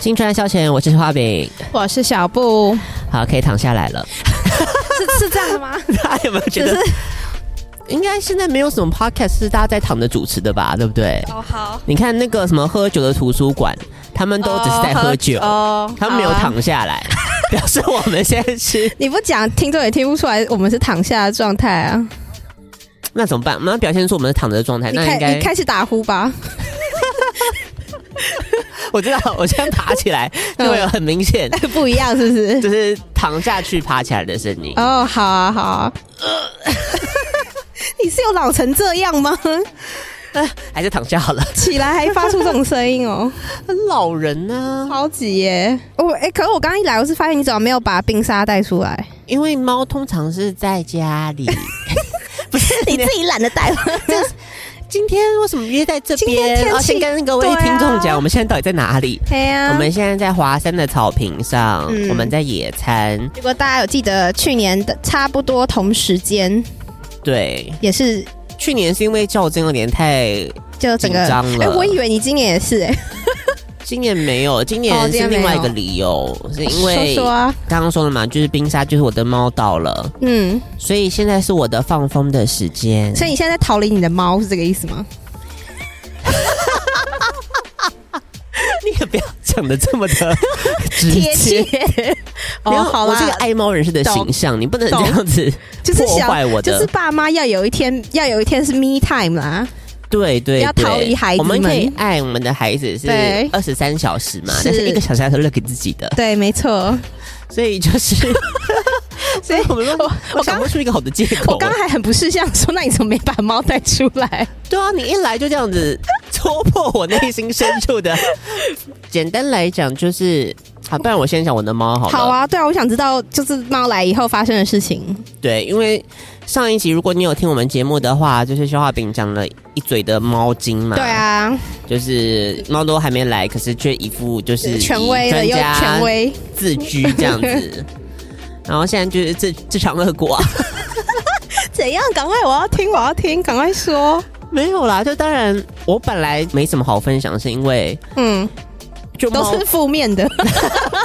金川消遣，我是花饼。我是小布，好，可以躺下来了。 是是这样 吗？大家有没有觉只得是？应该现在没有什么 podcast 是大家在躺着主持的吧？对不对？哦好，你看那个什么喝酒的图书馆，他们都只是在喝酒，哦他们没有。好啊躺下来， 表示我们现在是你不讲，听众也听不出来我们是躺下的状态啊！那怎么办？我们要表现出我们是躺着的状态，你哎那应开该你开始打呼吧，我知道，我现在爬起 来就嗯会有很明显， 不一样是不是？就是躺下去爬起来的声音。 哦，好啊，好啊。 你是有老成这样 吗？啊还是躺下 好了，起来还发出这种声音哦，很老人呢、超级耶！我哎、可是我刚刚一来，我是发现你怎么没有把冰沙带出来？因为猫通常是在家里。不是 你自己懒得带吗？今天为什么约在这今天天边？气哦，先跟各位对啊听众讲，我们现在到底在哪里？ 对啊呀、我们现在在华山的草坪上，嗯我们在野餐。如果大家有记得去年的差不多同时间，对，也是去年是因为较真有点太，就整紧个哎张了我以为你今年也是哎、今年没有，今哦年今是年另外一没有个理由，是因为说说啊，刚刚说了嘛，就是冰沙，就是我的猫到了，嗯，所以现在是我的放风的时间。所以你现在在逃离你的猫是这个意思吗？ 你也不要讲的这么 的直贴接。 切嗯没哦，有好我是个啦，爱猫人士的形象，你不能这样子就是破想坏我的。就是爸妈要有一天要有一天是 me time 啦，对对对，要逃离孩子我们可以们爱我们的孩子是对二十三小时嘛，是但是一个小时还是留给自己的，对，没错。所以 就是，所以我们我我想不出一个好的借口。我刚刚还很不识相，说那你怎么没把猫带出来？对啊，你一来就这样子戳破我内心深处 的。简单来讲就是，好，不然我先讲我的猫好了。好，啊，对啊，我想知道就是猫来以后发生的事情。对，因为上一集如果你有听我们节目的话，就是肖化饼讲了一嘴的猫精嘛。对，啊，就是猫都还没来，可是却一副就是权威的以又专家权威，自居这样 子。然后现在就是自自尝恶果、啊，怎样？赶快，我要听，我要听，赶快说。 没有啦。就当然，我本来没什么好分享，是因为嗯，就猫都是负面 的。 不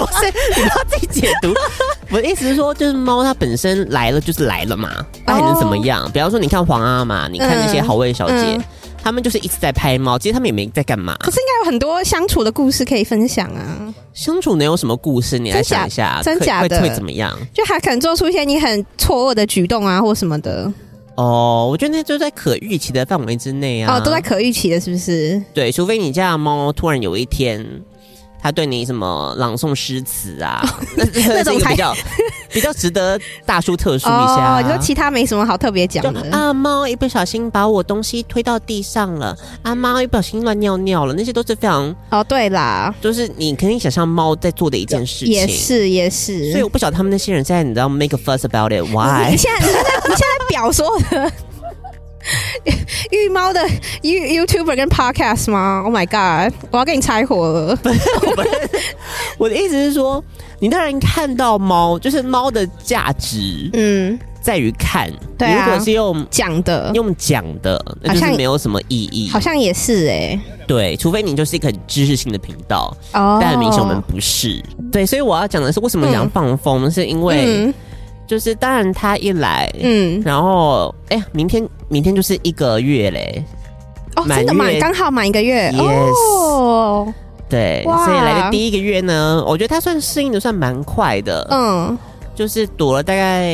是，你不要自己解读。 我的意思是说，就是猫它本身来了就是来了嘛，它还能怎么样？比方说，你看皇阿玛，你看那些好味小姐嗯，他、们就是一直在拍猫，其实他们也没在干嘛。可是应该有很多相处的故事可以分享啊，相处能有什么故事？你来真假想一下，真会假会的会怎么样？就还可能做出一些你很错愕的举动啊，或什么的、哦，我觉得那就在可预期的范围之内啊。哦，都在可预期的，是不是？对，除非你家的猫突然有一天，它对你什么朗诵诗词 啊，那那那是种一个比才 较比较值得大书特书一下啊。哦你说嗯其他没什么好特别讲就的，啊，猫一不小心把我东西推到地上了，啊，猫一不小心乱尿尿了，那些都是非常，哦，对啦，就是你可以想象猫在做的一件事情。也是也是。所以我不晓得他们那些人现在你知道 make a fuss about it 你 why？你现在你现在你现在表说的育猫的 You YouTuber 跟 Podcast 吗？Oh my god！我要跟你拆伙了。我的意思是说，你当然看到猫，就是猫的价值嗯，在于看。对啊你如果是用讲的用讲的，那就好是像没有什么意义好。像也是哎、对，除非你就是一个很知识性的频道，哦但很明显我们不是。对，所以我要讲的是，为什么讲嗯放风，是因为。就是当然他一来，嗯嗯然后哎、呀，明天明天就是一个月嘞，哦，满真的吗？月刚好满一个月 Yes 哦。对，哇所以来的第一个月呢，我觉得他算适应的算蛮快的，嗯，就是躲了大概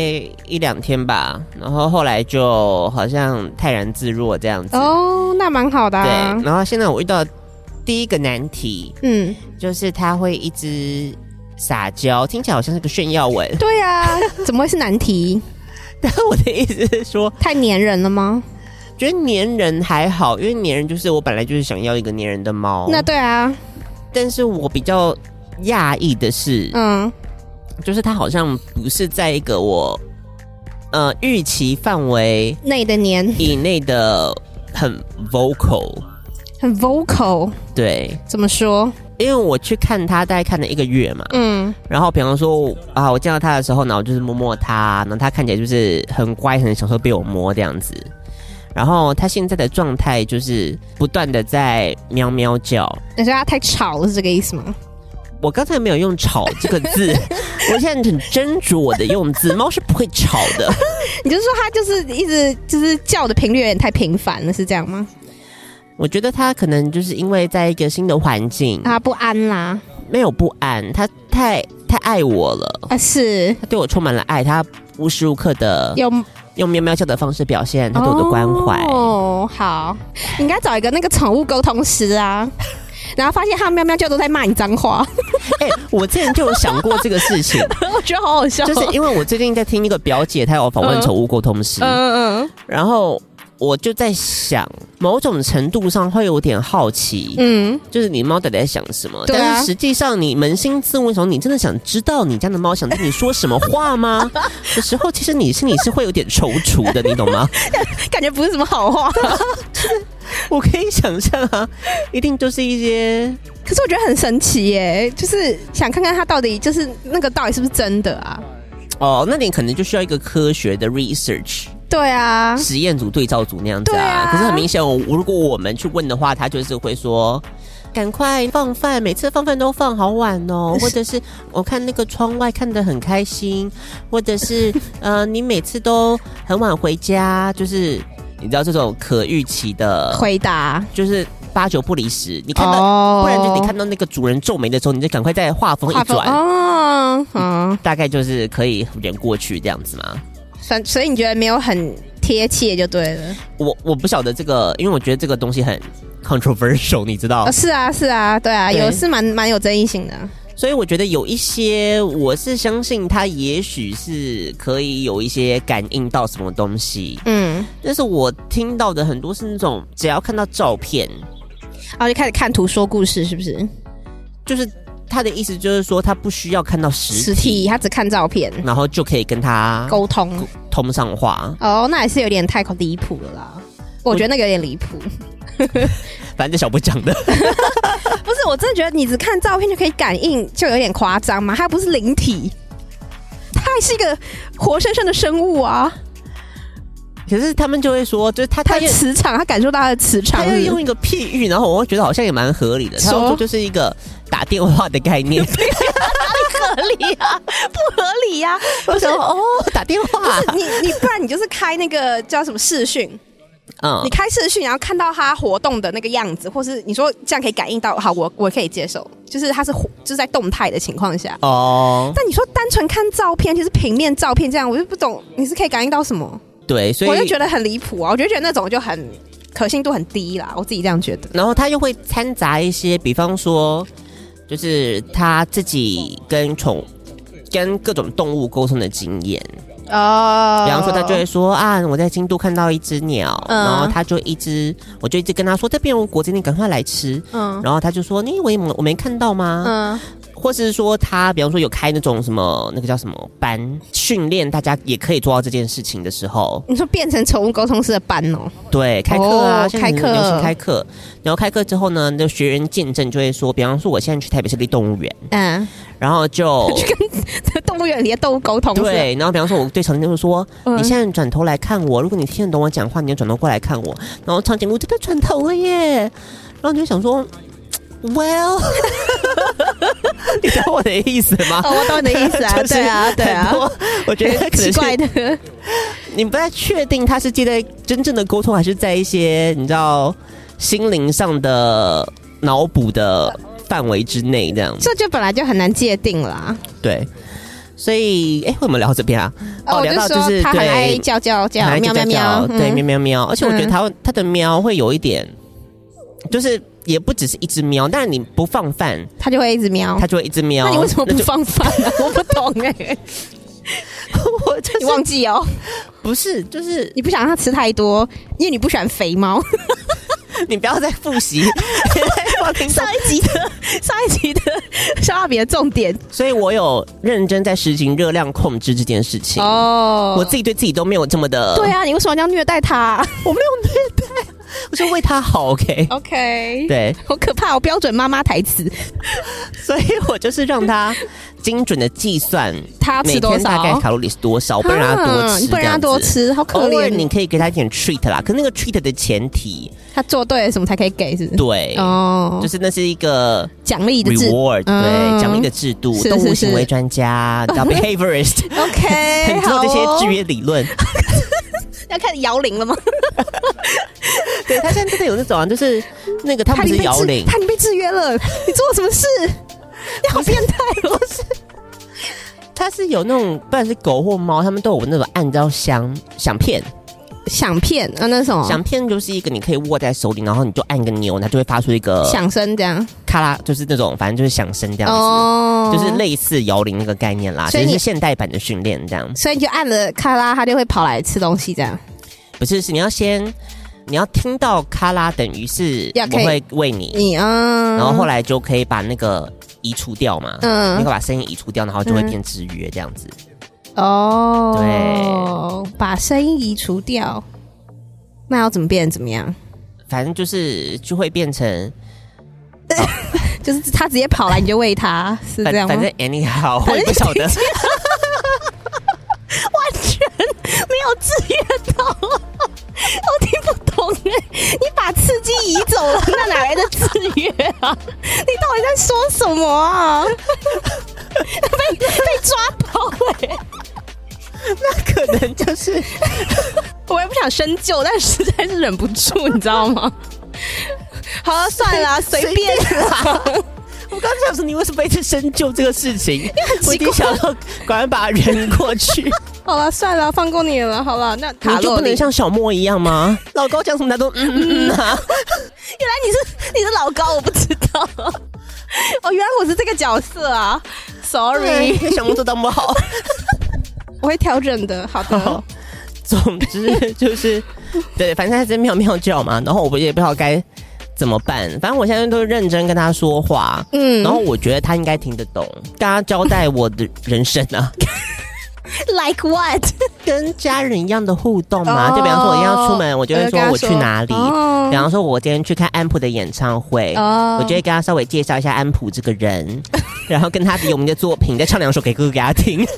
一两天吧，然后后来就好像泰然自若这样子，哦，那蛮好的、对啊。，然后现在我遇到第一个难题嗯，就是他会一直撒娇，听起来好像是个炫耀文，对啊，怎么会是难题？ 但我的意思是说，太粘人了吗？觉得粘人还好，因为粘人就是我本来就是想要一个粘人的猫，那对啊，但是我比较讶异的是，嗯，就是它好像不是在一个我呃预期范围内的粘以内的很 vocal。很 vocal，对，怎么说？因为我去看它，大概看了一个月嘛。嗯然后，比方说啊，我见到它的时候，呢，我就是摸摸它，然后它看起来就是很乖，很享受被我摸这样子。然后它现在的状态就是不断的在喵喵叫，你说它太吵了是这个意思吗？我刚才没有用“吵”这个 字，我现在很斟酌我的用字。猫是不会吵的，你就说它就是一直就是叫的频率有点太频繁了，是这样吗？我觉得它可能就是因为在一个新的环境，它不安啦，没有不安，它太太爱我了，啊是它对我充满了爱，它无时无刻的有用喵喵叫的方式表现它对我的关怀。哦，好，你应该找一个那个宠物沟通师 啊，然后发现它喵喵叫都在骂你脏话， 哎、我之前就有想过这个事情，我觉得好好笑，就是因为我最近在听一个表姐，她有访问嗯宠物沟通师，嗯嗯然后我就在想，某种程度上会有点好奇，嗯，就是你猫到底在想什么？对啊但是实际上，你扪心自问的时候，你真的想知道你家的猫想对你说什么话吗？的时候，其实你心里是会有点踌躇的，你懂吗？ 感觉不是什么好话，我可以想象啊，一定就是一些可是我觉得很神奇耶，就是想看看它到底就是那个到底是不是真的啊？哦，那你可能就需要一个科学的 research 对啊， 实验组、对照组那样子对啊。啊可是很明显，我如果我们去问的话，他就是会说。赶快放饭，每次放饭都放好晚 哦，或者是我看那个窗外看得很开心，或者 是呃，你每次都很晚回家，就是你知道这种可预期的，回答就是八九不离十。你看到，哦不然就你看到那个主人皱眉的时候，你就赶快再话锋一画风转，哦，嗯，大概就是可以圆过去这样子嘛。所所以你觉得没有很贴切就对了。我我不晓得这个，因为我觉得这个东西很 controversial，你知 道哦，，是啊，是啊，对啊，对有是蛮蛮有争议性的啊。所以我觉得有一些我是相信它也许是可以有一些感应到什么东西，嗯，但是我听到的很多是那种只要看到照片，然后就开始看图说故事，是不是？就是他的意思就是说他不需要看到实体，实体他只看照片然后就可以跟他沟通。通上话，哦，那也是有点太离谱了啦。我觉得那个有点离谱，反正这小不讲的，不是？我真的觉得你只看照片就可以感应，就有点夸张嘛。它又不是灵体，它还是一个活生生的生物啊。可是他们就会说，就是他它他的也。磁场，它感受到它的磁场他是不又是，用一个譬喻，然后我会觉得好像也蛮合理的。他说说就是一个打电话的概 念，合理啊， 不合理呀、我想说哦，打电话，你你不然你就是开那个叫什么视讯，嗯你，开视讯，然后看到他活动的那个样子，或是你说这样可以感应到，好，我我可以接受，就是他是活就是在动态的情况下。哦，但你说单纯看照片，就是平面照片这样，我就不懂你是可以感应到什么，对，所以我就觉得很离谱啊！我就觉得那种就很可信度很低啦，我自己这样觉得。然后他又会掺杂一些，比方说，就是他自己跟宠。跟各种动物沟通的经验，哦比方说他就会说、啊，我在京都看到一只鸟，嗯然后他就一直，我就一直跟他说这边有果子，你赶快来吃。嗯然后他就说你以为我我没看到吗？嗯或是说他比方说有开那种什么那个叫什么班训练，大家也可以做到这件事情的时候，你说变成宠物沟通师的班哦，对，开课啊，哦现在很开课流行开课。然后开课之后呢，那学员见证就会说，比方说我现在去台北市立动物园，嗯，然后 就动物园里的动物沟通是吧，对，然后比方说我对长颈鹿说，啊嗯你现在转头来看我，如果你听得懂我讲话，你就转头过来看我。然后长颈鹿真的转头了耶，然后你就想说，Well，你懂我的意思吗？哦，我懂你的意思啊， 就是对啊，对啊很，多，我觉得可能奇是怪的。你不太确定他是接在真正的沟通，还是在一些你知道心灵上的脑补的范围之内这样。这就本来就很难界定啦。对，所以哎、诶我们聊到这边啊，哦我聊到就是他很对爱叫叫叫，很爱喵叫喵喵，叫对，嗯喵喵喵。而且我觉得嗯它它的喵会有一点，就是也不只是一只喵，但是你不放饭，它就会一直喵它。就会一直喵。哦那你为什么那不就放饭呢？我不懂哎，我 就你是忘记哦，不是就是你不想让它吃太多，因为你不喜欢肥猫。 你不要再复 习， 我听上一集的 上一集的消化饼的重点所以我有认真在实行热量控制这件事情。哦我自己对自己都没有这么的，对啊，你为什么要这样虐待它？我没有虐待，我就为他好，OK， OK，，对，好可怕、哦，标准妈妈台词，所以我就是让他精准的计算他要每吃多天少？大概卡路里是多少，我不能让他多啊吃，你不能让他多。吃，好可偶尔怜。你可以给他一点 treat 啦，可那个 treat 的前提，他做对了什么才可以给？是不是？对，嗯哦，就是那是一个奖励的制 reward，嗯对，奖励的制度，是动是物是行为专家， 叫 behaviorist， OK， 你知道这好哦些制约理论，要开始摇铃了吗？对他现在真的有那种啊，就是那个他怕不你是被摇制铃，怕你被制约了，你做了什么 事？你好变态哦！他是有那种，不管是狗或猫，他们都有那种按照响响片，想骗啊，那是什么响片就是一个你可以握在手里，然后你就按一个钮，它就会发出一个响声这样咔啦，就是那种反正就是响声这样子，哦就是，类似摇铃那个概念啦，其所以实你是现代版的训练这样。所以你就按了咔啦，它就会跑来吃东西这样。不是，是你要先，你要听到咔啦，等于是要我可以会喂你，你嗯，然后后来就可以把那个移除掉嘛，嗯，嗯你可以把声音移除掉，然后就会嗯变制约这样子。哦，对，把声音移除掉，那要怎么变？怎么样？反正就是就会变成，就是它直接跑来，你就喂它，是反这样吗？反正 anyhow，我也不 晓得，完全没有制约到，我听不懂哎！你把刺激移走了，那哪来的制约 啊？你到底在说什么啊？ 被被抓包哎、可能就是我也不想深究，但实在是忍不住，你知道吗？ 好了，算了啊，随便啦。我刚想说，你为什么一直深究这个事情？奇怪我已经想要赶快把它扔过去。好了，算了，放过你了。好了，那你卡就洛不能里，像小莫一样吗？老高讲什么他都嗯嗯嗯啊，原来你是你是老高，我不知道。哦，原来我是这个角色啊，sorry，对小莫做到不好。我会调整的。好的，总之就是，对，反正他在喵喵叫嘛，然后我也不知道该怎么办。反正我现在都认真跟他说话，嗯然后我觉得他应该听得懂，跟他交代我的人生啊， ，like what？跟家人一样的互动嘛。哦就比方说我一样出门，我就会说我去哪里。哦比方说，我今天去看安普的演唱会，哦我就会跟他稍微介绍一下安普这个人，然后跟他比我们的作品，再唱两首给哥哥给他听。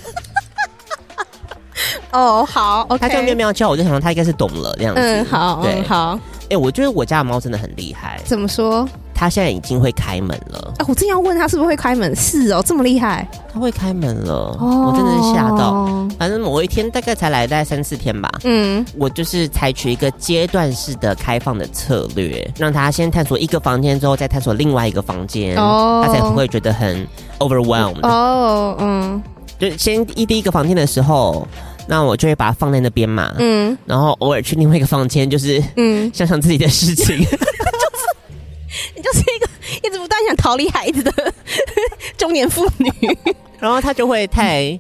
哦，好，OK，他叫喵喵叫，我就想说他应该是懂了这样子。嗯，好，对嗯，，好，哎、我觉得我家的猫真的很厉害。怎么说？它现在已经会开门了，啊，我正要问他是不是会开门，是哦，这么厉害，它会开门了，哦，我真的是吓到。。反正某一天大概才来大概三四天吧，嗯，我就是采取一个阶段式的开放的策略，让它先探索一个房间，之后再探索另外一个房间，哦它才不会觉得很 overwhelmed。哦，嗯就先一第一个房间的时候，那我就会把它放在那边嘛，嗯然后偶尔去另外一个房间，就是嗯，想想自己的事 情。你就是一个一直不断想逃离孩子的 中年妇女，然后他就会太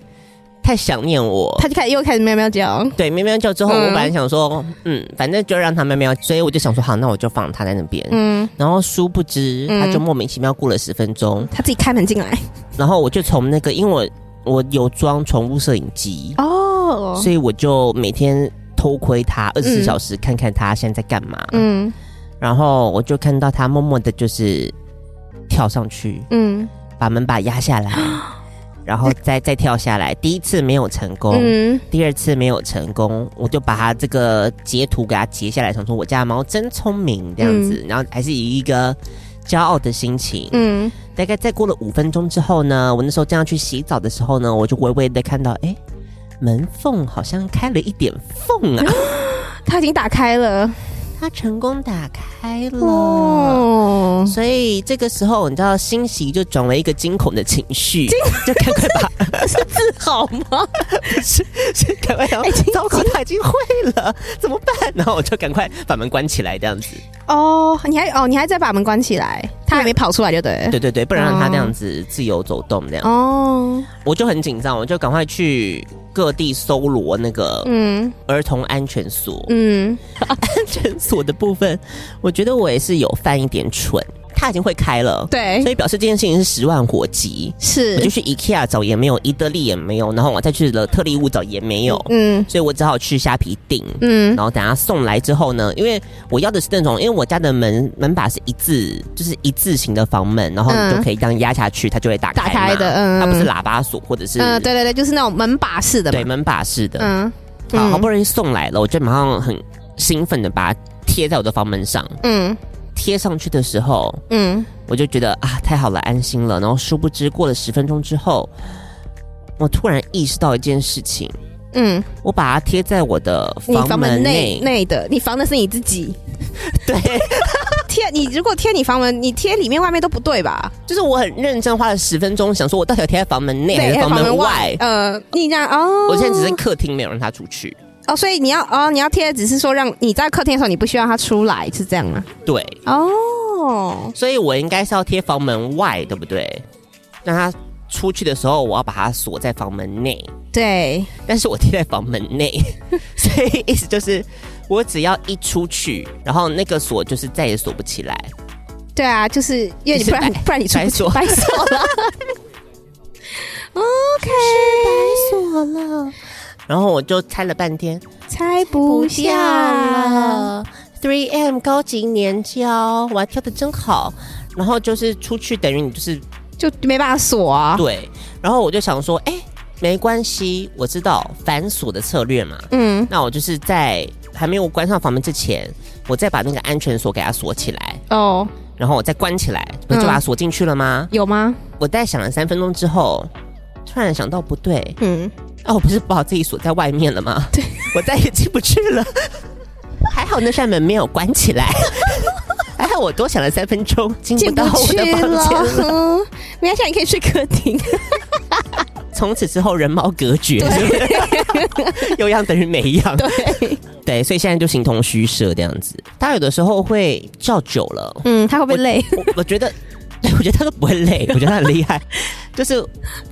太想念我。他就开始又开始喵喵叫。对，喵喵叫之后，嗯我本来想说，嗯，反正就让他喵喵，所以我就想说，好，那我就放他在那边。嗯，然后殊不知，嗯他就莫名其妙过了十分钟，他自己开门进来。然后我就从那个，因为我我有装宠物摄影机，哦，所以我就每天偷窥他二十嗯四小时，看看他现在在干嘛。嗯然后我就看到他默默的，就是跳上去，嗯把门把压下来，然后再再跳下来。第一次没有成功，嗯，第二次没有成功，我就把它这个截图给它截下来，想说我家的猫真聪明这样子，然后还是以一个骄傲的心情。嗯，大概再过了五分钟之后呢，我那时候这样去洗澡的时候呢，我就微微的看到，哎、门缝好像开了一点缝哦啊，他已经打开了。 它成功打开了。哦，所以这个时候，你知道欣喜就转为一个惊恐的情绪，就赶快把好吗？是是， 赶快然后哎亲糟糕，他已经会了，怎么办？然后我就赶快把门关起来，这样 子。哦，你还哦，你还再把门关起来，他还没跑出来就对了。对对对，不能让他那样子自由走动，这样、哦，我就很紧张，我就赶快去各地搜罗那个嗯儿童安全所。嗯， 安全所的部分，我觉得我也是有犯一点蠢。它已经会开了，对，所以表示这件事情是十万火急。我就是去 IKEA 找也没有，宜得利也没有，然后我再去了特利物找也没有，嗯所以我只好去虾皮订。嗯，然后等它送来之后呢，因为我要的是那种，因为我家的门门把是一字，就是一字型的房门，然后嗯你就可以这样压下去，它就会打开嘛。打开的嗯它不是喇叭锁或者是、嗯，对对对，就是那种门把式的对嘛，门把式的。嗯好，嗯好不容易送来了，我就马上很兴奋的把它贴在我的房门上。嗯贴上去的时候，嗯，我就觉得啊，太好了，安心了。然后殊不知，过了十分钟之后，我突然意识到一件事情：嗯，我把它贴在我的你房房门门内内，内的，你防的是你自己。对，贴你如果贴你房门，你贴里面外面都不对吧？ 就是我很认真花了十分钟，想说我到底要贴在房门内还是对哎房门外。呃，你这样哦，我现在只是客厅，没有让它出去。哦，所以你要哦，你要贴，只是说让你在客厅的时候，你不需要它出来，是这样吗？对，哦，所以我应该是要贴房门外，对不对？让它出去的时候，我要把它锁在房门内。对，但是我贴在房门内， 所以意思就是我只要一出去，然后那个锁就是再也锁不起来。对啊，就是因 为你不然就是白不然你出不去白白锁 了。OK，锁了，然后我就猜了半天，拆不下了。。 Three M 高级粘胶，我还挑的真好。然后就是出去，等于你就是就没办法锁啊。对。然后我就想说，哎、没关系，我知道反锁的策略嘛。嗯，那我就是在还没有关上房门之前，我再把那个安全锁给它锁起来。哦，然后我再关起来，不是就把它锁进去了吗？有吗？我在想了三分钟之后，突然想到不对，嗯，哦，我不是把我自己锁在外面了吗？对，我再也进不去了。还好那扇门没有关起 来，还好我多想了三分钟，进不进到我去的房了间了。。嗯没关系，你可以睡客厅。从此之后人猫隔绝， 有样等于没样。对，对，所以现在就形同虚设这样子。大家有的时候会叫久了， 嗯，他会不会 累？我 我觉得，对我觉得他都不会累，我 觉得他很厉害。就是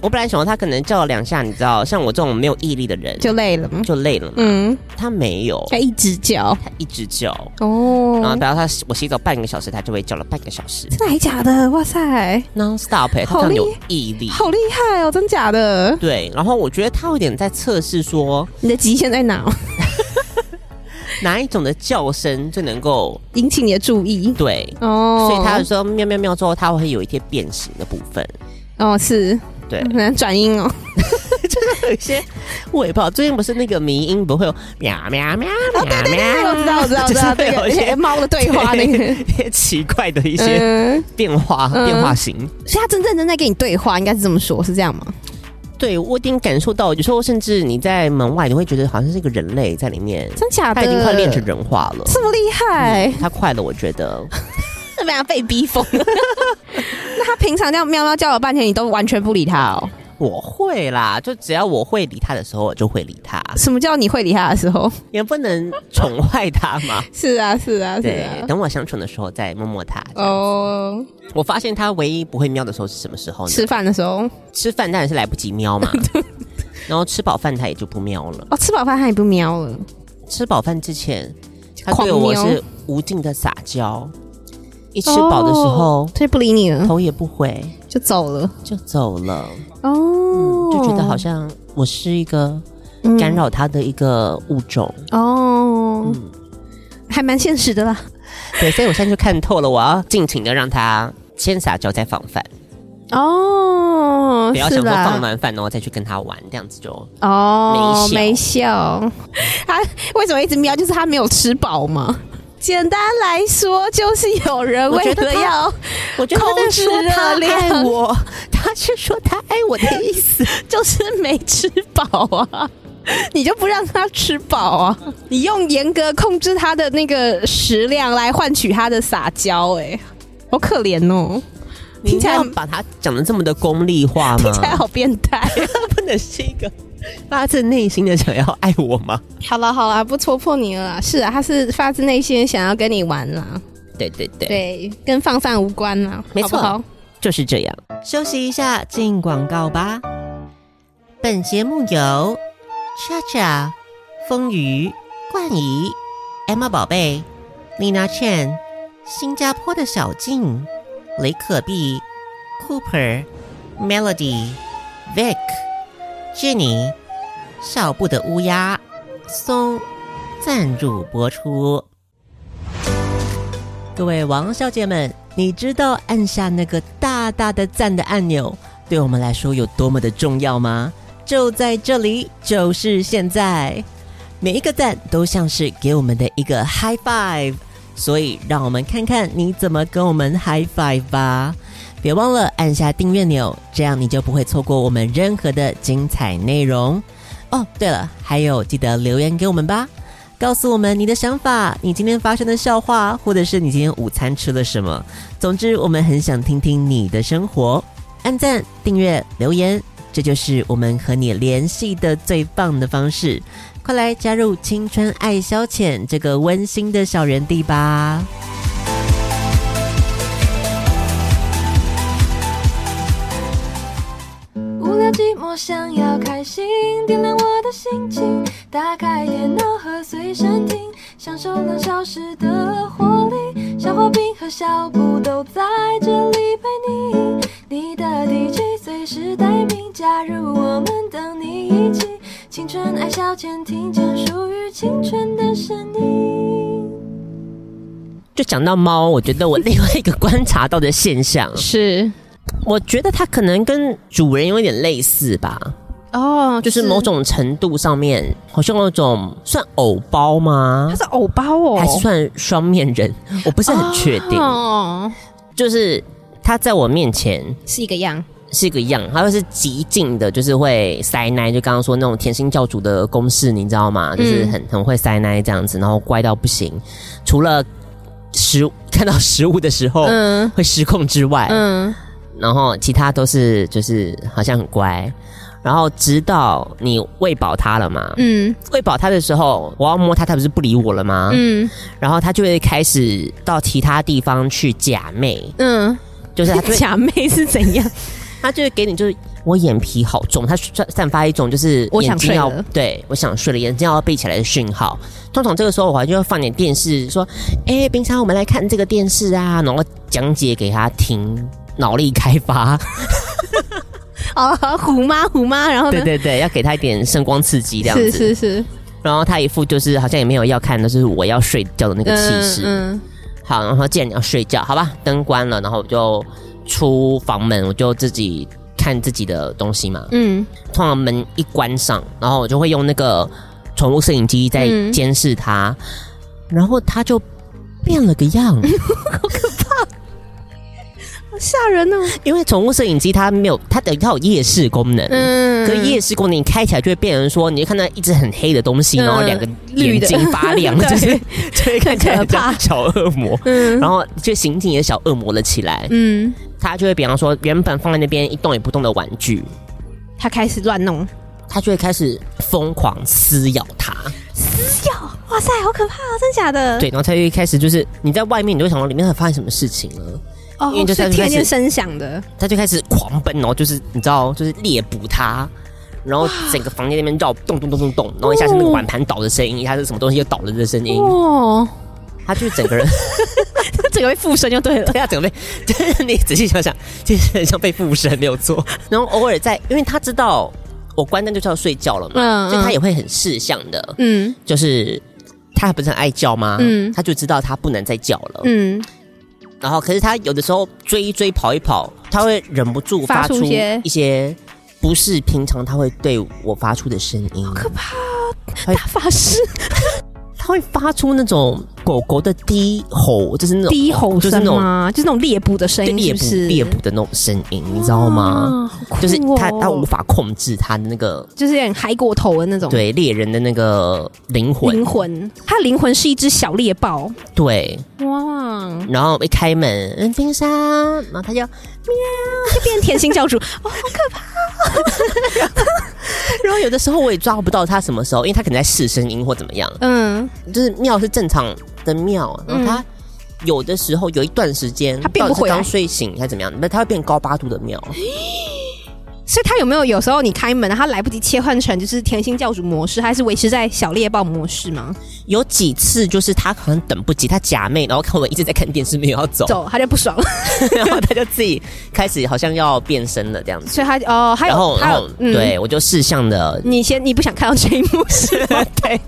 我本来想说他可能叫了两下，你知道，像我这种没有毅力的人就就累了吗？就累了嘛。嗯，他没有，他一直叫他一直叫，然后 哦等，到他洗我洗澡半个小时，他就会叫了半个小 时真的还假的？哇塞， ，non stop，、欸、他好非常厉有毅力。好厉害哦，真假的？对，然后我觉得他有点在测试说你的极限在哪？哪一种的叫声最能够引起你的注意对，哦，所以他有时候喵喵喵之后，他会有一些变形的部分。哦是对，可能转 音哦，就是有一些我也不知道，最近不是那个迷音不会有喵喵喵喵喵，哎我知道我知道 我知道，就是那会有个一些猫的对话 那个，一些奇怪的一些 嗯，变化嗯变化型。所以他真正正在跟你对话，应该是这么说，是这样吗？对我已经感受到，有时候甚至你在门外，你会觉得好像是一个人类在里面，真假的？他已经快练成人化了。这么厉害，他快了，我觉得是被他被逼疯 了。 那他平常这样喵喵叫了半天，你都完全不理他哦？我会啦，就只要我会理他的时候，我就会理他，什么叫你会理他的时候？也不能宠坏他嘛。是啊，是啊，是对啊，。等我相处的时候再摸摸他。哦，我发现他唯一不会喵的时候是什么时候呢？吃饭的时候，吃饭当然是来不及瞄 嘛，然后吃饱饭他也就不瞄了。哦，吃饱饭他也不喵了，吃饱饭之前，他狂对瞄我是无尽的撒娇，一吃饱的时候、哦他就不理你了，头也不回就走了。就走了，哦，嗯就觉得好像我是一个嗯干扰他的一个物种。哦，还蛮现实的啦。对，所以我现在就看透了，我要尽情的让他。先撒娇再防范，哦，不要是想说啦放完饭然后再去跟他玩，这样子就哦，没没笑。 他为什么一直喵？就是他没有吃饱嘛。 简单来说，就是有人我为觉得了他要我觉得他在说控制他热量爱我，他是说他爱我的意思。 就是没吃饱啊， 你就不让他吃饱啊，你用严格控制他的那个食量来换取他的撒娇、哎，好可怜哦，你听起来要把它讲的这么的功利化 听起来吗？好变态。不能是一个发自内心的想要爱我吗？好了好了，不戳破你了啦，是啊，他是发自内心想要跟你玩啦，对对对，对，跟放饭无关啦，没错好不好就是这样。休息一下，进广告吧。本节目由恰恰、风鱼、冠仪、Emma 宝贝、Lina Chen、新加坡的小静、雷可碧、Cooper、Melody、Vic、Jenny、少布的乌鸦、松赞助播出。各位王小姐们，你知道按下那个大大的赞的按钮对我们来说有多么的重要吗？就在这里，就是现在，每一个赞都像是给我们的一个 high five。所以，让我们看看你怎么跟我们 high five 吧！别忘了按下订阅钮，这样你就不会错过我们任何的精彩内容。哦，对了，还有记得留言给我们吧，告诉我们你的想法，你今天发生的笑话，或者是你今天午餐吃了什么。总之，我们很想听听你的生活。按赞、订阅、留言，这就是我们和你联系的最棒的方式。快来加入“青春爱消遣”这个温馨的小园地吧！无聊寂寞，想要开心，点亮我的心情。打开电脑和随身听，享受两小时的活力。小花瓶和小布都在这里陪你，你的 DJ 随时待命，加入我们，等你一起。青春爱消遣，听见属于青春的声音。就讲到猫，我觉得我另外一个观察到的现象，是我觉得它可能跟主人有点类似吧，哦，就是某种程度上面，好像有种算偶包吗它？是偶包哦，还是算双面 人？我不是很确定。哦，就是它在我面前是一个样，是一个样，它会是极尽的，就是会塞奶，就刚刚说那种甜心教主的公式，你知道嗯吗？就是很很会塞奶这样子，然后乖到不行，除了食物看到食物的时候、嗯会失控之外，嗯，然后其他都是就是好像很乖。然后直到你喂饱它了嘛，嗯喂饱它的时候，我要摸它，它不是不理我了吗？嗯然后它就会开始到其他地方去假寐，嗯，就是它就会 假妹是怎 样？他就会给你就是我眼皮好重，他散散发一种就是我眼想睛睡要了对我想睡了，眼睛要闭起来的讯号。通常这个时候我还就会放点电视，说：“哎、平常我们来看这个电视啊。”然后讲解给他听，脑力开 发。哦，虎妈虎妈，然后呢对？对对，要给他一点声光刺激这样子。是是是，然后他一副就是好像也没有要看，就是我要睡觉的那个气势。嗯好，然后既然你要睡觉，好吧，灯关了，然后我就出房门，我就自己看自己的东西嘛。嗯通常门一关上，然后我就会用那个宠物摄影机在嗯监视它，然后它就变了个样，嗯，吓人哦， 因为宠物摄影机它没有它的它有夜视功能。嗯，可夜视功能你开起来就会变成说，你就看到一只很黑的东西，嗯然后两个绿眼的睛发 亮，对就是就会看起来很 很像可小恶魔，嗯然后就刑警也小恶魔了起来。嗯，它就会比方说，原本放在那边一动也不动的玩具，他开始乱弄，它就会开始疯狂撕咬它。哟，哇塞，好可怕哦，真假的？，对，然后他就一开始就是你在外面，你就会想到里面发生什么事情了，哦因为就，是是天开始天声响的，他就开始狂奔，然后就是你知道，就是猎捕它，然后整个房间那边绕动动动动动，然后一下是那个碗盘倒的声音，一下是什么东西又倒了的声音，哦，他就是整个人，他整个会附身就 对了，啊对他整个被， 就是你仔细想想，其实很像被附身，没有错。 然后偶尔在，因为他知道我关灯就是要睡觉了嘛，嗯所以他嗯也会很识相的，嗯就是他不是很爱叫吗？嗯他就知道他不能再叫了，嗯，然后，可是他有的时候追一追、跑一跑，他会忍不住发发出出一些一些不是平常他会对我发出的声音，可怕，哎大法师他会发出那种狗狗的低吼，就是那种哦低吼就是那声种吗？就是那种猎捕的声对音，猎是不捕是猎捕的那种声音，你知道吗？啊好酷哦就是他他无法控制他的那个就是有点嗨过头的那种，对猎人的那个灵魂，灵魂，他灵魂是一只小猎豹，对。哇，然后一开门，嗯，冰山，然后他就就变甜心 教主，然后有的时候我也抓不到他什么时候，因为他可能在试声音或怎么样。嗯，就是庙是正常的庙，然后它有的时候有一段时间，它变不到底是回来刚睡醒还是怎么样，那它会变高八度的庙，所以他有没有有时候你开门，他来不及切换成就是甜心教主模式，他还是维持在小猎豹模式吗？有几次就是他好像等不及，他假寐，然后看我一直在看电视，没有要走，走，他就不爽， 然后他就自己开始好像要变身了这样子。所以他哦，还然后有，然还后有，、对我就事项的，你先，你不想看到这一 幕是吗？对，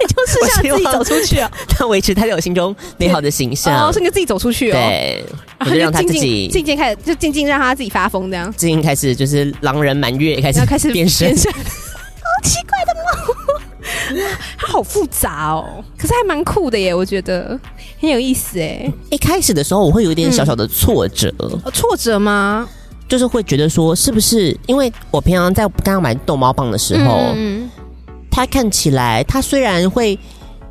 你就是想自己走出去啊，他维持他在我心中美好的形象哦，，甚至自己走出去哦，，对，我然就后让他静自静己静静开始，就静静让他自己发疯这样，最近开始就是狼人满月开然始后开始变身变， 身好奇怪的猫， 它好复杂哦，可是还蛮酷的耶，我觉得很有意思哎。一开始的时候，我会有一嗯点小小的挫折，哦挫折吗？就是会觉得说，是不是因为我平常在刚刚买逗猫棒的时候，嗯，它看起来它虽然会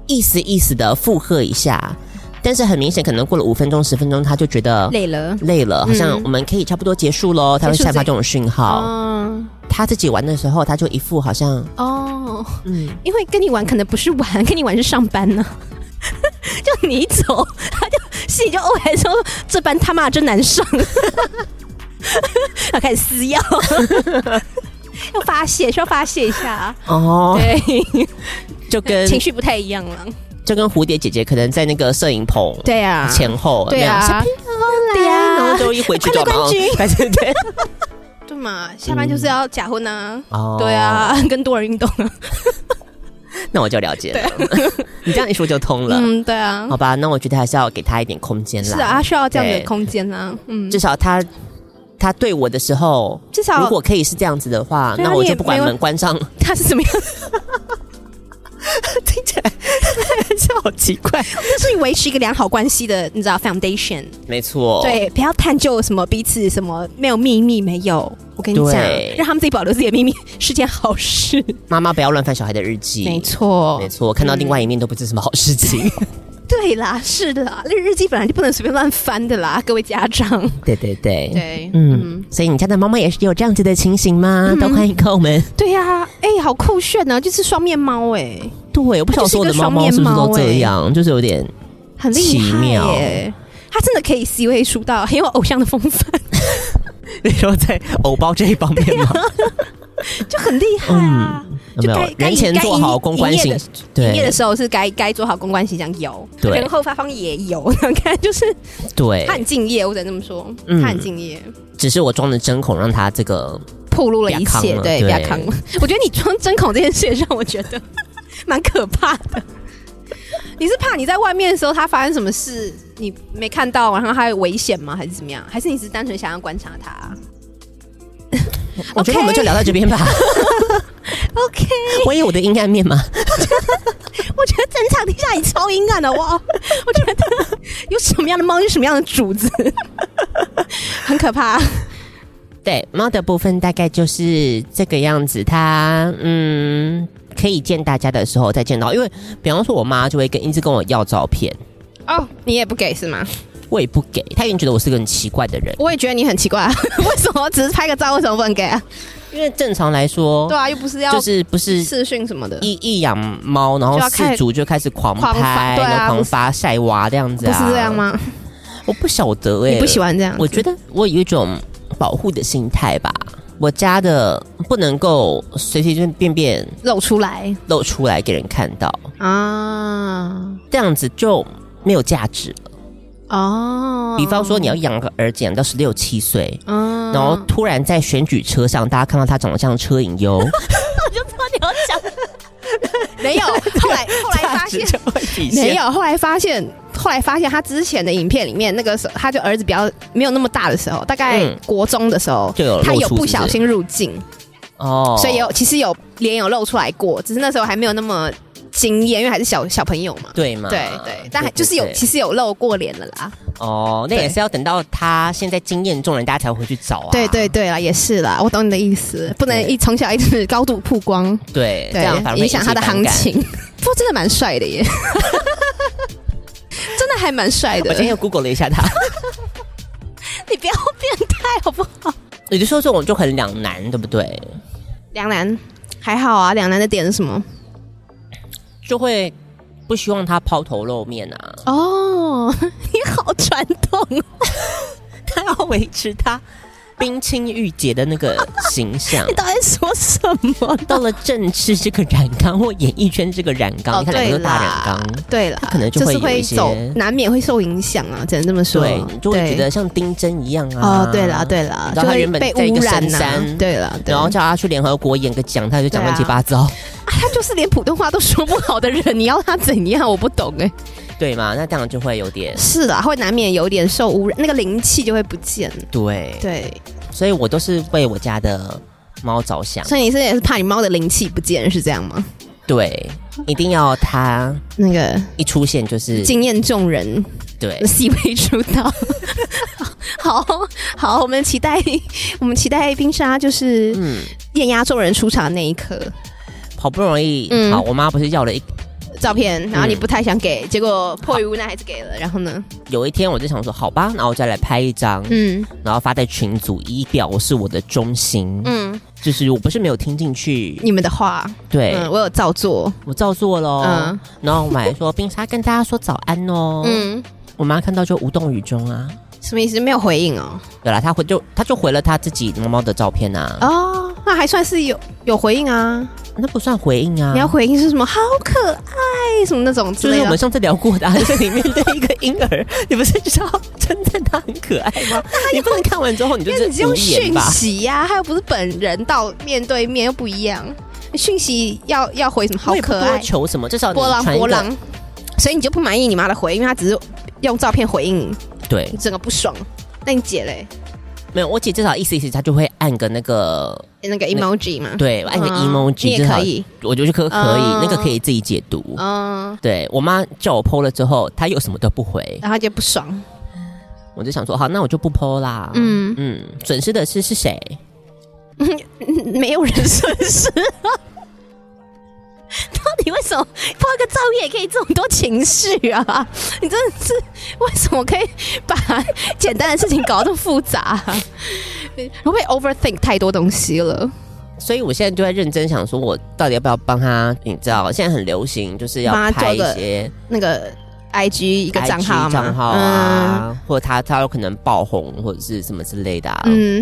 意思意思的附和一下，但是很明显，可能过了五分钟、十分钟，它就觉得累了。累了，好像嗯我们可以差不多结束喽，它会结束散发这这种讯号。哦它自己玩的时候，它就一副好像哦，嗯，因为跟你玩可能不是玩，跟你玩是上班呢。 就你一走， 他就心里就 OS 说：“这班他妈真难上。” 他开始撕 药，要发泄，需要发泄一下啊。哦，对，就跟情绪不太一样了。就跟蝴蝶姐姐可能在那个摄影棚对啊，前后对那样啊，对然后啊，就一回去就 快乐冠军但是对，对嘛，下班就是要假婚啊。哦 对，啊， 跟多人运动啊。那我就了解了。你这样一说就通了，嗯，对啊好，吧？那我觉得还是要给他一点空间啦。是啊，他需要这样的对空间啊。嗯，至少他他对我的时候，至少如果可以是这样子的话，对啊那我你就也不管没有门关 上。他是怎么样？听起来 是好奇怪，这是你维持一个良好关系的，你知道 foundation。没错，，对，不要探究什么彼此什么没有秘密，没有。我跟你讲对，让他们自己保留自己的秘密是件好事。妈妈不要乱翻小孩的日记，没。错嗯没，错，看到另外一面都不是什么好事 情。对啦，是的啦，那日记本来就不能随便乱翻的啦，各位家长。对对对，对嗯，所以你家的猫猫也是有这样子的情形吗？嗯都欢迎跟我 们。对呀、哎、好酷炫呢、就是双面猫哎、对，我不晓得说我的猫猫是不是都这样，欸就是有点 很厉害奇耶、妙他真的可以 C 位出道，很有偶像的风范，你说在偶包这一方面吗？就很厉害啊！有 就没该有该人前该做营好公关营业形的？营业的时候是该该做好公关形象有，对人后发方也有， 看就是对他，很敬业，我只能这么说，嗯他很敬业，只是我装的针孔让他这个暴露了一比较切康，了对，对比较康。我觉得你装针孔这件事也让我觉得 蛮可怕的。你是怕你在外面的时候他发生什么事，你没看到，然后他有危险吗？还是怎么样？还是你只是单纯想要观察他我觉得我们就聊到这 边吧。 ？OK，我也有我的阴暗面嘛，我觉得整场听下来你超阴暗的哇！我觉得 有什么样的猫就什么样的主子， 很可怕。对猫的部分大概就是这个样子，它嗯可以见大家的时候再见到，因为比方说我妈就会跟一直跟我要照片，哦，你也不给是吗？我也不给，她已经觉得我是个很奇怪的人，我也觉得你很奇怪、啊， 为什么只是拍个照，为什么不能给啊？因为正常来说对啊，又不是要哦就是不是视讯什么的，一一养猫，然后就要开四主就开始狂狂发拍，对啊然后不狂是发晒娃这样子不啊，是这样？吗？我不晓得哎、你不喜欢这样？我觉得我有一种保护的心态吧。我家的不能够随随便便露出来露出来给人看到，啊，这样子就没有价值了。哦，比方说，你要养个儿子养到十六七岁，嗯，然后突然在选举车上，大家看到他长得像车影优，没有，后来后 来价发值现。 就会体现。没有，后来发现，后来发现他之前的影片里面，那个时候他就儿子比较没有那么大的时候，大概嗯国中的时候，就有露他有出是不不是小心入镜，哦，所以有其实有脸有露出来过，只是那时候还没有那么惊艳，因为还是小小朋友嘛。对嘛？对对，但还就是有嗯对其实有露过脸了啦。哦，那对也是要等到他现在经验中人，大家才会去找啊。对对对啦，也是啦，我懂你的意思，不能对一从小一直高度曝光，对，这对样反，而会影响他的引起行反感。情。 不过真的蛮帅的耶， 真的还蛮帅我的今。天又 Google 了一下他， 你不要变态好不好？有的时候这种就很两难，对不对？两男还好啊，两男的点是什么？就会不希望他抛头露面 啊，哦，你好传统哦，他要维持他冰清玉洁的那个形象 你。到底在说什么？到了政治这个染缸或演艺圈这个染哦哦缸，你看两个都大染缸，对啦，他可能就就会是有一会些走，难免会受影响啊，只能这么说。对，你就会觉得像丁真一样啊。哦，对啦，对啦，然就后他会原本被在一污个染深呐、山，对了，对然后叫他去联合国演个讲，他就讲对啊乱七八糟，他就是连普通话都说不好的人，你要他怎样？我不懂哎、对嘛？那当然就会有点是啦，会难免有点受污染，那个灵气就会不见。对，对，所以我都是为我家的猫着想，所以你是也是怕你猫的灵气不见是这样吗？对，一定要它那个一出现就是惊艳众人，对。细微出道。 好好，我们期待，我们期待冰沙就是嗯，艳压众人出场的那一刻好不容易，嗯好，我妈不是要了一，照片，然后你嗯不太想给，结果迫于无奈还是给了。然后呢？有一天我就想说，好吧，然后我再来拍一张，嗯然后发在群组，以表示我的忠心。嗯，就是我不是没有听进去，你们的话，对、嗯，我有照做，我照做喽。嗯然后我们还说冰沙跟大家说早安哦。嗯，我妈看到就无动于衷啊。什么意思？没有回应哦。对啦，她回就她就回了她自己猫猫的照片啊，哦，那还算是有有回应啊！那不算回应啊。你要回应是什么？好可爱，什么那种之就是类我的们。上次聊过的、啊，就是里面的一个婴儿，你不是知道称赞他很可爱 吗？你不能看完之后你就因为你是是用无言讯吧？息呀、他又不是本人到面对面，又不一样。讯息要要回什么？好我也不可多爱，求什么，至少你波浪传一波个浪。所以你就不满意你妈的回应，因为她只是用照片回应你，对你，整个不爽。那你姐嘞？没有我姐至少意思意思，她就会按个那个那个 emoji 嘛，对，按个嗯 emoji 你也至少可以，我觉得可可以，嗯那个可以自己解读。嗯，对我妈叫我 PO 了之后，她又什么都不回，然后她就不爽，我就想说好，那我就不 PO 啦。嗯嗯嗯，损失的是是谁？嗯 没有人损失。 到底为什么抛一个照片也可以这么多情绪啊？ 你真的是为什么可以把简单的事情搞得这么复杂、啊？ 你会不会 overthink 太多东西了？所以我现在就在认真想说，我到底要不要帮她？你知道，现在很流行就是要帮她拍一做个些那个 IG 一个账号 IG 嘛，嗯账号啊，或者她她有可能爆红或者是什么之类的、啊。嗯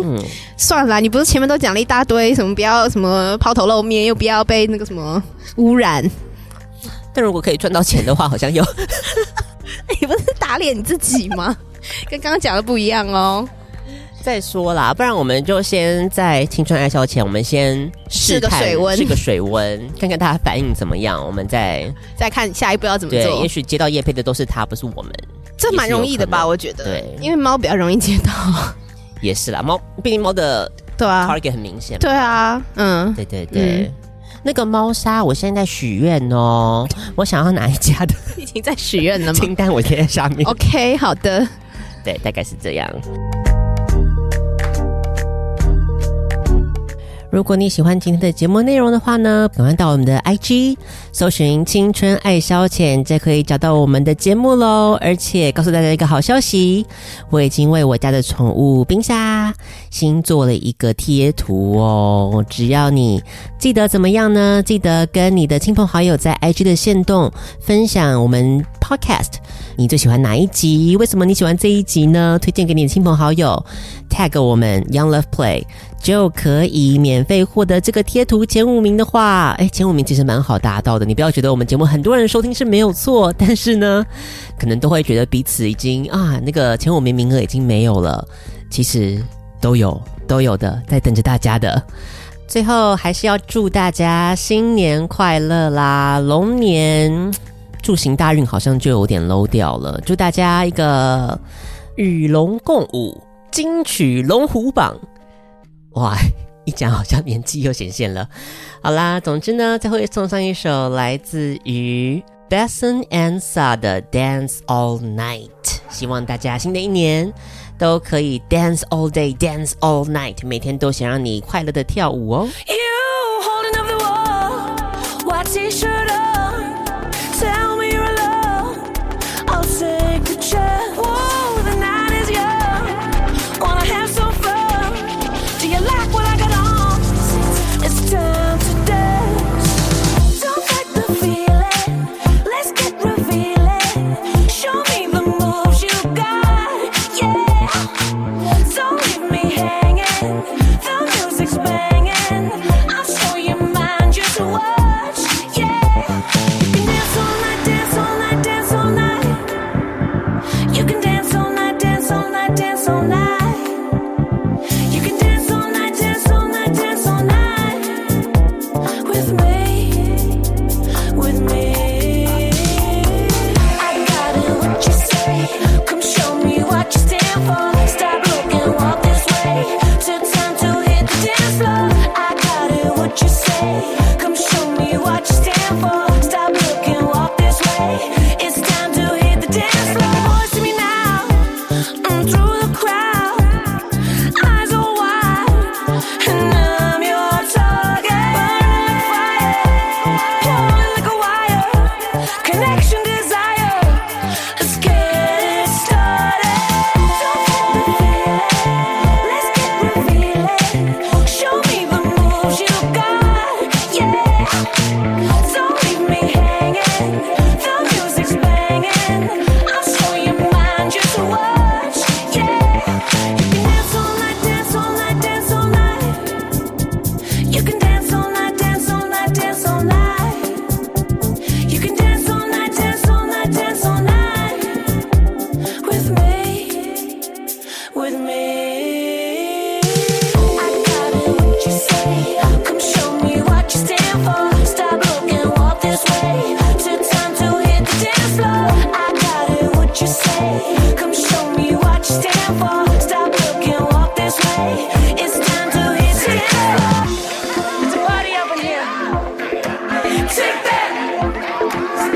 嗯。嗯算了啦，你不是前面都讲了一大堆什么不要什么抛头露面，又不要被那个什么污染， 但如果可以赚到钱的话，好像有。 你不是打脸你自己吗？跟刚刚讲的不一样哦。再说啦，不然我们就先在青春爱笑前，我们先试试个探水温试个水温，看看大家反应怎么样，我们再再看下一步要怎么对，嗯做也，许接到叶配的都是他，不是我们，这蛮容易的吧？我觉得，对因为猫比较容易接到， 也是啦。猫，毕竟猫的对啊， target 很明显嘛。对啊，嗯，对对对。那个猫砂，我现在许愿哦，我想要哪一家的 已经在许愿了嘛。清单，我贴在下面。 OK，好的，对，大概是这样。如果你喜欢今天的节目内容的话呢，赶快到我们的 IG 搜寻“青春爱消遣”，就可以找到我们的节目喽。而且告诉大家一个好消息，我已经为我家的宠物冰沙新做了一个贴图哦。只要你记得怎么样呢？记得跟你的亲朋好友在 IG 的线动分享我们 Podcast，你最喜欢哪一集？为什么你喜欢这一集呢？推荐给你的亲朋好友，tag 我们 Young Love Play 就可以免费获得这个贴图前五名的话，哎，前五名其实蛮好达到的。你不要觉得我们节目很多人收听是没有错，但是呢，可能都会觉得彼此已经啊，那个前五名名额已经没有了。其实都有都有的，在等着大家的。最后还是要祝大家新年快乐啦！龙年祝行大运好像就有点 low 掉了，祝大家一个与龙共舞，金曲龙虎榜。哇，一讲好像年纪又显现了。好啦，总之呢，最后送上一首来自于 Besson and Sa 的《Dance All Night》，希望大家新的一年都可以 dance all day, dance all night，每天都想让你快乐的跳舞哦。 You holding up the wall, white t-shirt on. Tell me you're alone. I'll take the chance. Whoa, the night is young. Wanna have some fun? Do you like what I got on? It's time to dance. Don't fight the feeling. Let's get revealing. Show me the moves you got. Yeah. Don't leave me The music's banging. I'll show you mine. Just watch, yeah. You can dance all night, dance all night, dance all night. You can dance all night, dance all night, dance all night. You can dance all night, dance all night, dance all night with me with me. I got it, what you say. Come show me what you stand for. Stop looking, walk this way. Took time to hit the dance floor. I got it, what you say. Come show me what you stand for. Stop looking, walk this way. It's time to hit the dance floor. Voice to me now, mm, through the crowd. Eyes are wide, and I'm your target. Burning like fire, pulling like a wire. Connection, desire. Let's get it started. Don't hold the feeling. Let's get revealing. Show me the moves you got, yeah. Don't leave me hanging. The music's banging. I'll show you mine. Just watch, yeah. You can dance all night, dance all night, dance all night. You can dance all night, dance all night, dance all night. You can dance all night, dance all night, dance all night with me, with me. I got it. What you say? Come show me what you stand for. Stop looking, walk this way. Took time to hit the dance floor. I got it. What you say? Come show me what you stand for. Stop looking, walk this way. It's time to hit the dance floor. It's a party up in here. Take that.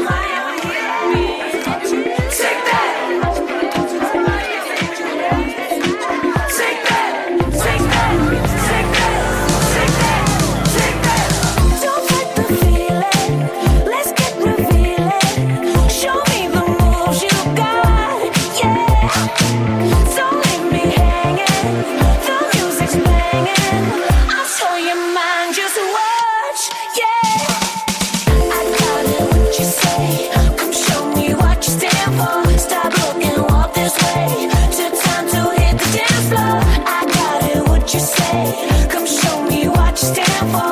Just watch, yeah. I got it. What you say? Come show me what you stand for. Stop looking, walk this way. Took time to hit the dance floor. I got it. What you say? Come show me what you stand for.